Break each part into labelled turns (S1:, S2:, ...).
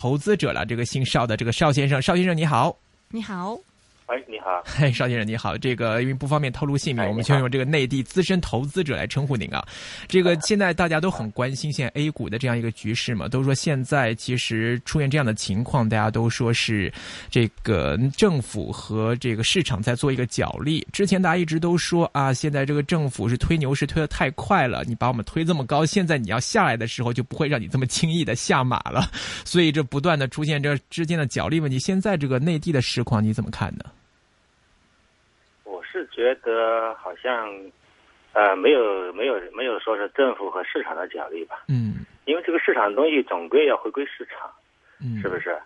S1: 投资者了，这个姓邵的这个邵先生，邵先生你好，
S2: 你好，
S3: 喂，哎你 好，
S1: 嘿，邵先生你好，这个因为不方便透露姓名，
S3: 哎
S1: 我们
S3: 你
S1: 就
S3: 好
S1: 用这个内地资深投资者来称呼您啊。这个现在大家都很关心现在 A 股的这样一个局势嘛，都说现在其实出现这样的情况，大家都说是这个政府和这个市场在做一个角力。之前大家一直都说啊，现在这个政府是推牛市推的太快了，你把我们推这么高，现在你要下来的时候就不会让你这么轻易的下马了。所以这不断的出现这之间的角力问题，现在这个内地的实况你怎么看呢？
S3: 我是觉得好像，呃，没有没有没有说是政府和市场的角力吧，
S1: 嗯
S3: 因为这个市场的东西总归要回归市场，
S1: 嗯，
S3: 是不是？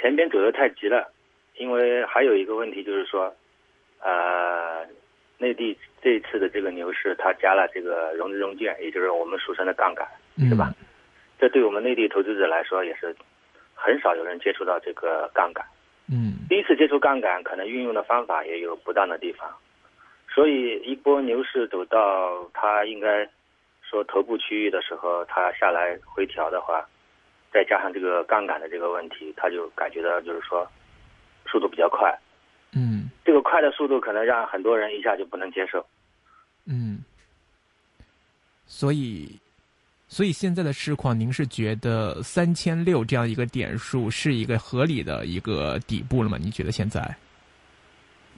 S3: 前边走得太急了，因为还有一个问题就是说，呃，内地这一次的这个牛市，它加了这个融资融券，也就是我们俗称的杠杆，
S1: 嗯
S3: 是吧？？这对我们内地投资者来说也是很少有人接触到这个杠杆。
S1: 嗯
S3: 第一次接触杠杆，可能运用的方法也有不当的地方，所以一波牛市走到它应该说头部区域的时候，它下来回调的话，再加上这个杠杆的这个问题，它就感觉到就是说速度比较快，
S1: 嗯
S3: 这个快的速度可能让很多人一下就不能接受。
S1: 嗯，所以所以现在的市况，您是觉得三千六这样一个点数是一个合理的一个底部了吗？你觉得现在？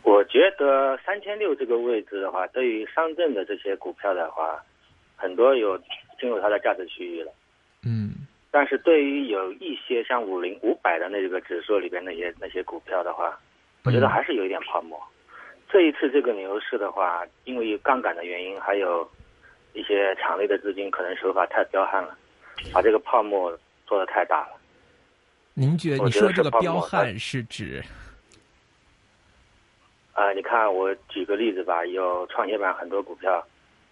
S3: 我觉得三千六这个位置的话，对于上证的这些股票的话，很多有进入它的价值区域了。
S1: 嗯
S3: 但是对于有一些像五零五百的那个指数里边那些那些股票的话，我觉得还是有一点泡沫。这一次这个牛市的话，因为有杠杆的原因，还有一些场内的资金可能手法太彪悍了，把这个泡沫做得太大了。
S1: 您觉得
S3: 我
S1: 你
S3: 觉
S1: 说
S3: 得
S1: 这个
S3: 是泡沫
S1: 彪
S3: 它
S1: 悍是指？
S3: 啊、你看我举个例子吧，有创业板很多股票，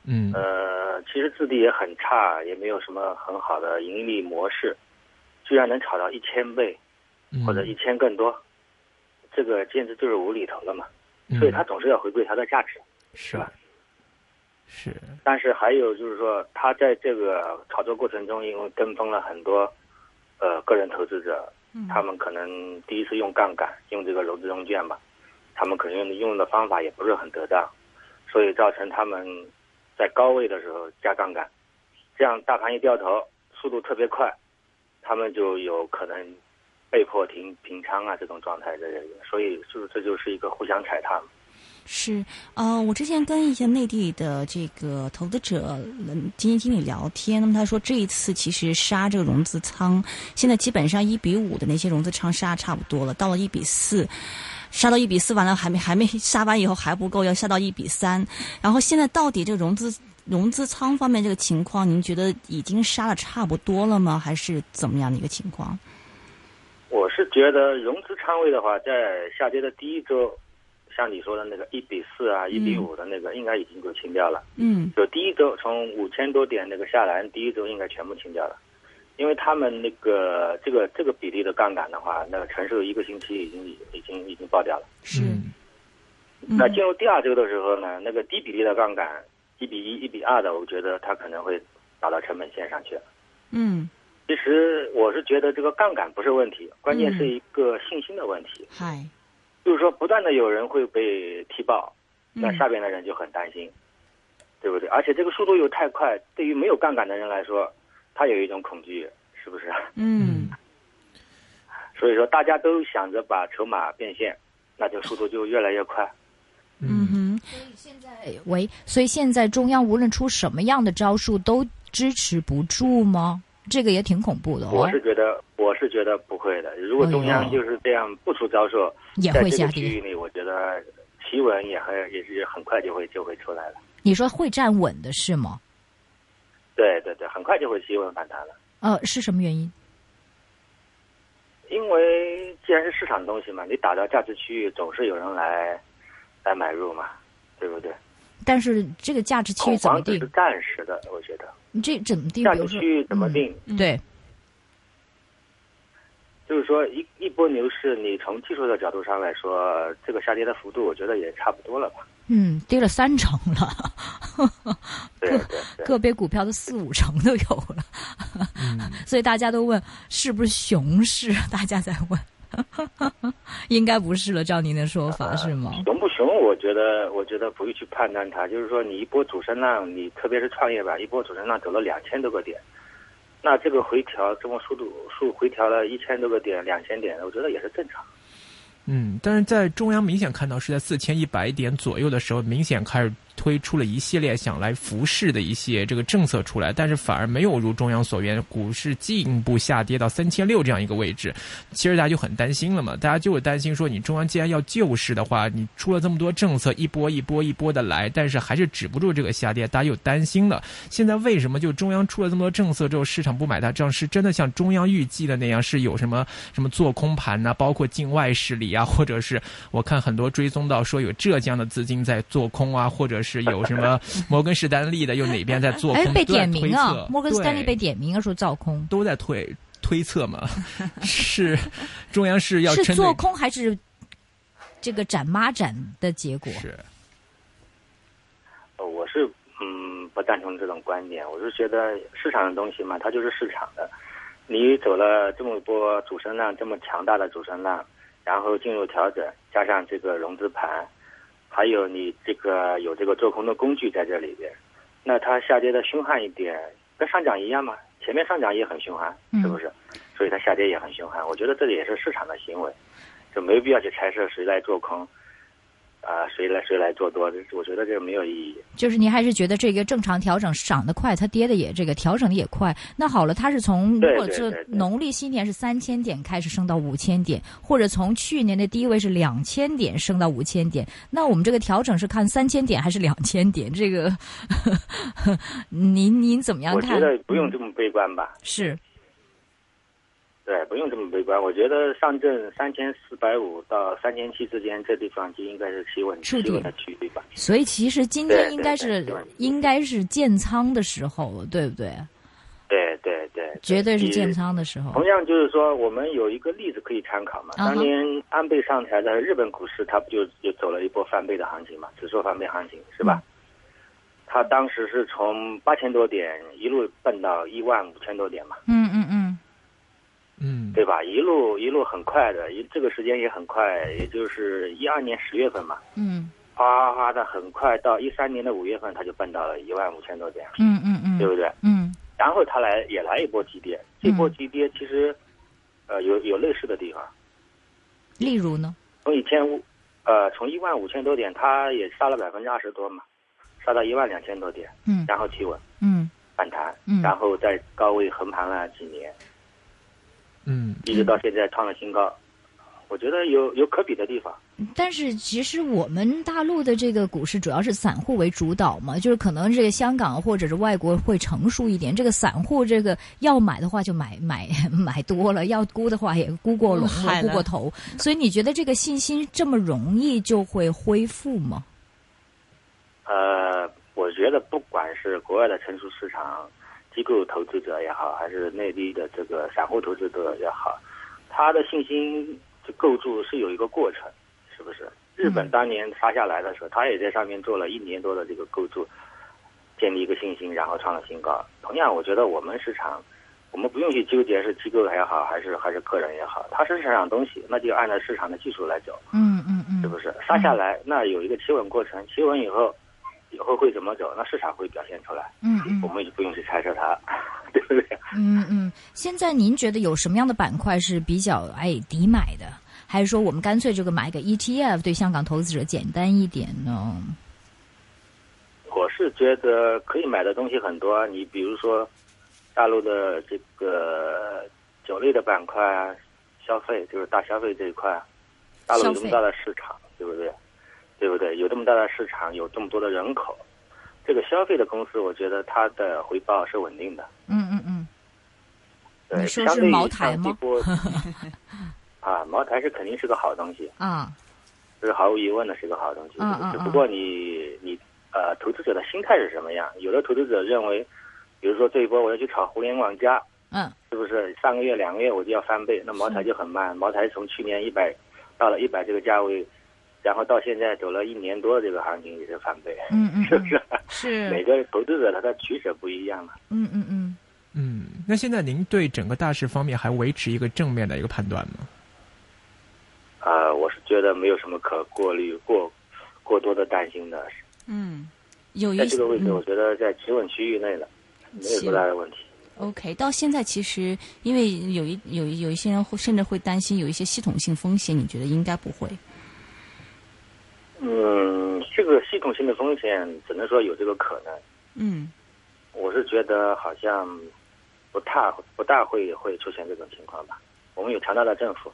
S1: 嗯
S3: 呃，其实质地也很差，也没有什么很好的盈利模式，居然能炒到一千倍
S1: 嗯
S3: 或者一千更多，这个简直就是无厘头了嘛。所以它总是要回归它的价值。
S1: 嗯是
S3: 吧
S1: 是
S3: 但是还有就是说，它在这个炒作过程中，因为跟风了很多，呃，个人投资者，
S2: 嗯，
S3: 他们可能第一次用杠杆，用这个融资融券吧，他们可能用的用的方法也不是很得当，所以造成他们在高位的时候加杠杆，这样大盘一掉头，速度特别快，他们就有可能被迫停平仓啊这种状态的人，所以就是这就是一个互相踩踏嘛。
S2: 是呃，我之前跟一些内地的这个投资者、嗯基金经理聊天，那么他说这一次其实杀这个融资仓，现在基本上一比五的那些融资仓杀得差不多了，到了一比四。杀到一比四完了，还没还 没杀完以后还不够，要杀到一比三。然后现在到底这个融资融资仓方面这个情况，您觉得已经杀的差不多了吗？还是怎么样的一个情况？
S3: 我是觉得融资仓位的话，在下跌的第一周，像你说的那个一比四啊、一比五的那个，应该已经就清掉了。
S2: 嗯
S3: 就第一周从五千多点那个下来，第一周应该全部清掉了，因为他们那个这个这个比例的杠杆的话，那个承受一个星期已经已经已经爆掉了。
S2: 是
S1: 嗯
S2: 嗯
S3: 那进入第二周的时候呢，那个低比例的杠杆一比一、一比二的，我觉得它可能会打到成本线上去了。
S2: 嗯，
S3: 其实我是觉得这个杠杆不是问题，关键是一个信心的问题。
S2: 嗨，
S3: 就是说，不断的有人会被踢爆，
S2: 嗯
S3: 那下边的人就很担心，对不对？而且这个速度又太快，对于没有杠杆的人来说，他有一种恐惧，是不是？
S2: 嗯
S3: 所以说，大家都想着把筹码变现，那就速度就越来越快。
S2: 嗯哼。
S4: 所以现在，喂，所以现在中央无论出什么样的招数，都支持不住吗？这个也挺恐怖的哦
S3: 我，是觉得，我是觉得不会的。如果中
S4: 哎
S3: 央
S4: 呦
S3: 就是这样不出招数，
S4: 也
S3: 在
S4: 会
S3: 这
S4: 下
S3: 个区
S4: 跌。
S3: 域里，我觉得企稳也很也是很快就会就会出来了。
S4: 你说会站稳的是吗？
S3: 对对对，很快就会企稳反弹了。
S4: 呃，是什么原因？
S3: 因为既然是市场东西嘛，你打到价值区域，总是有人来来买入嘛，对不对？
S4: 但是这个价值区域
S3: 恐
S4: 怎么
S3: 慌只是
S4: 定？
S3: 暂时的，我觉得
S4: 这怎么定？
S3: 价
S4: 比
S3: 值
S4: 如说
S3: 区域怎么定？
S2: 嗯
S4: 对，
S3: 就是说一一波牛市，你从技术的角度上来说，这个下跌的幅度，我觉得也差不多了吧？
S4: 嗯，跌了三成了。
S3: 对啊对对，
S4: 个别股票的四五成都有了，
S1: 嗯
S4: 所以大家都问是不是熊市， 大家在问， 应该不是了，照您的说
S3: 呃
S4: 法是吗？
S3: 熊不熊？我觉得，我觉得不用去判断它。就是说，你一波主升浪，你特别是创业板，一波主升浪走了两千多个点，那这个回调，这么速度速回调了一千多个点、两千点，我觉得也是正常。
S1: 嗯，但是在中央明显看到是在四千一百点左右的时候，明显开始推出了一系列想来扶市的一些这个政策出来，但是反而没有如中央所愿，股市进一步下跌到三千六这样一个位置。其实大家就很担心了嘛，大家就是担心说，你中央既然要救市的话，你出了这么多政策，一波一波一波的来，但是还是止不住这个下跌，大家又担心了。现在为什么就中央出了这么多政策之后，市场不买它？这样是真的像中央预计的那样，是有什么什么做空盘呐、包括境外势力啊，或者是我看很多追踪到说有浙江的资金在做空啊，或者是有什么摩根士丹利的又哪边在做空？
S4: 哎，被
S1: 都在
S4: 点名
S1: 推
S4: 啊
S1: 测！
S4: 摩根斯丹利
S1: 对
S4: 被点名啊，说造空，
S1: 都在推推测 嘛，是中央是要
S4: 是
S1: 针对
S4: 做空还是这个斩孖展的结果？
S1: 是
S3: 呃我是嗯不赞同这种观点，我是觉得市场的东西嘛，它就是市场的。你走了这么一波主升浪，这么强大的主升浪，然后进入调整，加上这个融资盘，还有你这个有这个做空的工具在这里边，那它下跌的凶悍一点，跟上涨一样嘛。前面上涨也很凶悍，是不是？所以它下跌也很凶悍。我觉得这也是市场的行为，就没必要去猜测谁来做空，啊、谁来谁来做多，这我觉得这个没有意义。
S4: 就是您还是觉得这个正常调整涨得快，它跌的也这个调整的也快。那好了，它是从如
S3: 对
S4: 果
S3: 对
S4: 这
S3: 对对
S4: 农历新年是三千点开始升到五千点，或者从去年的低位是两千点升到五千点，那我们这个调整是看三千点还是两千点？这个您您怎么样
S3: 我
S4: 看？
S3: 觉得不用这么悲观吧，
S4: 是
S3: 对，不用这么悲观。我觉得上证三千四百五到三千七之间，这地方就应该是企稳
S4: 触底
S3: 企稳的区域吧。
S4: 所以其实今
S3: 对
S4: 天
S3: 对
S4: 应该
S3: 对
S4: 是
S3: 对
S4: 应该是建仓的时候，对不对？
S3: 对对对，
S4: 绝对是
S3: 你
S4: 建仓的时候
S3: 同。样就是说，我们有一个例子可以参考嘛。
S4: 啊哈
S3: 当年安倍上台的日本股市，它不就就走了一波翻倍的行情嘛，指数翻倍行情是
S4: 嗯
S3: 吧？它当时是从八千多点一路奔到一万五千多点嘛，
S4: 嗯嗯嗯，
S1: 嗯
S3: 对吧？一路一路很快的，一这个时间也很快，也就是一二年十月份嘛。
S4: 嗯
S3: 哗哗哗的，很快到一三年的五月份，它就奔到了一万五千多点，
S4: 嗯嗯嗯
S3: 对不对？
S4: 嗯
S3: 然后它来也来一波急跌，这波急跌其实，呃，有有类似的地方，
S4: 例如呢？
S3: 从一千五，呃，从一万五千多点，它也杀了百分之二十多嘛，杀到一万两千多点，
S4: 嗯
S3: 然后企稳
S4: 嗯
S3: 反弹
S4: 嗯，
S3: 然后在高位横盘了几年，
S1: 嗯
S3: 一直到现在创了新高，我觉得有有可比的地方。
S4: 但是其实我们大陆的这个股市主要是散户为主导嘛，就是可能这个香港或者是外国会成熟一点。这个散户这个要买的话就买买 买多了，要沽的话也沽过笼
S2: 买
S4: 了、沽
S2: 了
S4: 过头。所以你觉得这个信心这么容易就会恢复吗？
S3: 呃，我觉得不管是国外的成熟市场机构投资者也好，还是内地的这个散户投资者也好，他的信心就构筑是有一个过程，是不是？日本当年杀下来的时候，他也在上面做了一年多的这个构筑，建立一个信心，然后创了新高。同样，我觉得我们市场，我们不用去纠结是机构也好，还是还是个人也好，它是市场东西，那就按照市场的技术来走。
S4: 嗯嗯嗯，
S3: 是不是？杀下来，那有一个企稳过程，企稳以后，以后会怎么走？那市场会表现出来，
S4: 嗯嗯
S3: 我们也不用去猜测它， 对不对？
S4: 嗯嗯，现在您觉得有什么样的板块是比较哎抵买的？还是说我们干脆这个买个 ETF 对香港投资者简单一点呢？
S3: 我是觉得可以买的东西很多，啊你比如说大陆的这个酒类的板块啊，消费就是大消费这一块，啊大陆有这么大的市场，对不对？对不对？有这么大的市场，有这么多的人口，这个消费的公司，我觉得它的回报是稳定的。
S4: 嗯嗯嗯，
S3: 对，
S4: 你说
S3: 相
S4: 是
S3: 对于
S4: 茅台
S3: 上
S4: 吗
S3: 一 波？啊，茅台是肯定是个好东西，
S4: 啊，
S3: 这是毫无疑问的是个好东西。
S4: 嗯嗯嗯
S3: 只不过你你呃，投资者的心态是什么样？有的投资者认为，比如说这一波我要去炒互联网加，
S4: 嗯
S3: 是不是上个月两个月我就要翻倍？那茅台就很慢，茅台从去年一百到了一百这个价位，然后到现在走了一年多，这个行情也是翻倍，
S4: 嗯嗯
S3: 是不
S4: 嗯，
S3: 是？每
S2: 是，
S3: 个投资者他的取舍不一样嘛。
S4: 嗯嗯嗯，
S1: 嗯，那现在您对整个大势方面还维持一个正面的一个判断吗？
S3: 啊，我是觉得没有什么可过滤过过多的担心的，
S2: 嗯，有一
S3: 在这个位置，
S2: 嗯
S3: 我觉得在企稳区域内了，没有多大的问题。
S2: OK，到现在其实因为有一有一有一些人会甚至会担心有一些系统性风险，你觉得应该不会？
S3: 嗯，这个系统性的风险只能说有这个可能。
S2: 嗯
S3: 我是觉得好像不大不大会会出现这种情况吧。我们有强大的政府，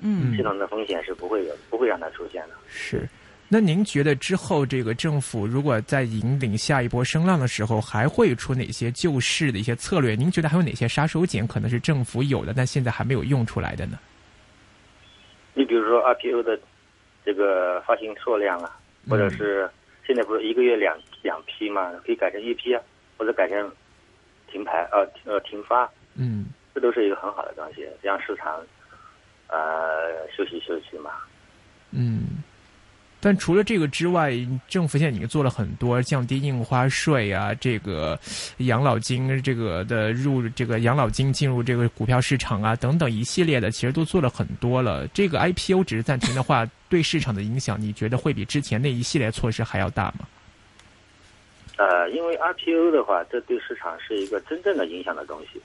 S2: 嗯
S3: 系统的风险是不会有不会让它出现的。
S1: 是。那您觉得之后这个政府如果在引领下一波声浪的时候，还会出哪些救市的一些策略？您觉得还有哪些杀手锏可能是政府有的，但现在还没有用出来的呢？
S3: 你比如说 IPO 的这个发行数量啊，或
S2: 嗯
S3: 者是现在不是一个月两两批嘛，可以改成一批啊，或者改成停牌呃呃停发，
S1: 嗯
S3: 这都是一个很好的东西，让市场呃休息休息嘛。
S1: 嗯。但除了这个之外，政府现在已经做了很多，降低印花税啊，这个养老金这个的入这个养老金进入这个股票市场啊等等一系列的，其实都做了很多了。这个 IPO 只是暂停的话，对市场的影响，你觉得会比之前那一系列措施还要大吗？
S3: 呃，因为 IPO 的话，这对市场是一个真正的影响的东西，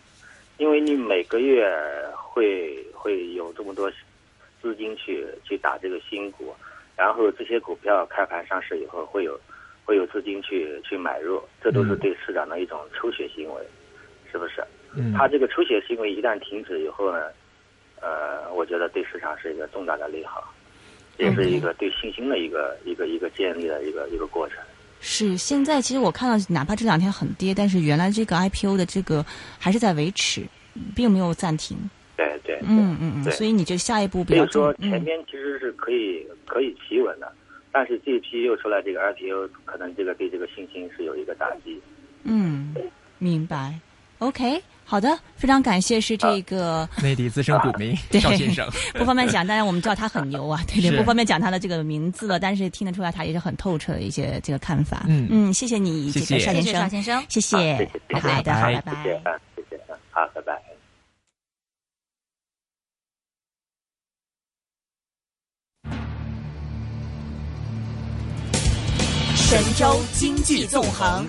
S3: 因为你每个月会会有这么多资金去去打这个新股，然后这些股票开盘上市以后会有会有资金去去买入，这都是对市场的一种抽血行为，是啊不是？
S1: 嗯，
S3: 它这个抽血行为一旦停止以后呢，呃，我觉得对市场是一个重大的利好，也是一个对信心的一个一个一个建立的一个一个过程。
S2: 是，现在其实我看到，哪怕这两天很跌，但是原来这个 IPO 的这个还是在维持，并没有暂停。
S3: 对对，对
S2: 嗯嗯嗯，
S3: 对
S2: 所以你就下一步比
S3: 所
S2: 较
S3: 以
S2: 重
S3: 说，
S2: 嗯
S3: 前面其实是可以可以企稳的，但是这一批又出来这个 IPO，可能这个对这个信心是有一个打击。
S2: 嗯，明白。OK，好的，非常感谢是这个
S1: 内地资深股民
S2: 对
S1: 赵先生，
S2: 不方便讲，当然我们知道他很 牛啊，对对，
S1: 是
S2: 不方便讲他的这个名字了，但是听得出来他也是很透彻的一些这个看法。
S1: 嗯
S2: 嗯，谢谢你，这
S1: 谢
S2: 个
S1: 谢
S2: 邵
S4: 谢
S2: 先
S4: 谢邵
S2: 生，
S4: 先生。
S2: 谢
S3: 好啊谢谢谢谢
S2: 好的，好，
S1: 拜
S2: 拜
S1: 拜
S2: 拜。
S3: 谢谢啊，谢谢啊，好，拜拜。
S5: 神州经济纵横。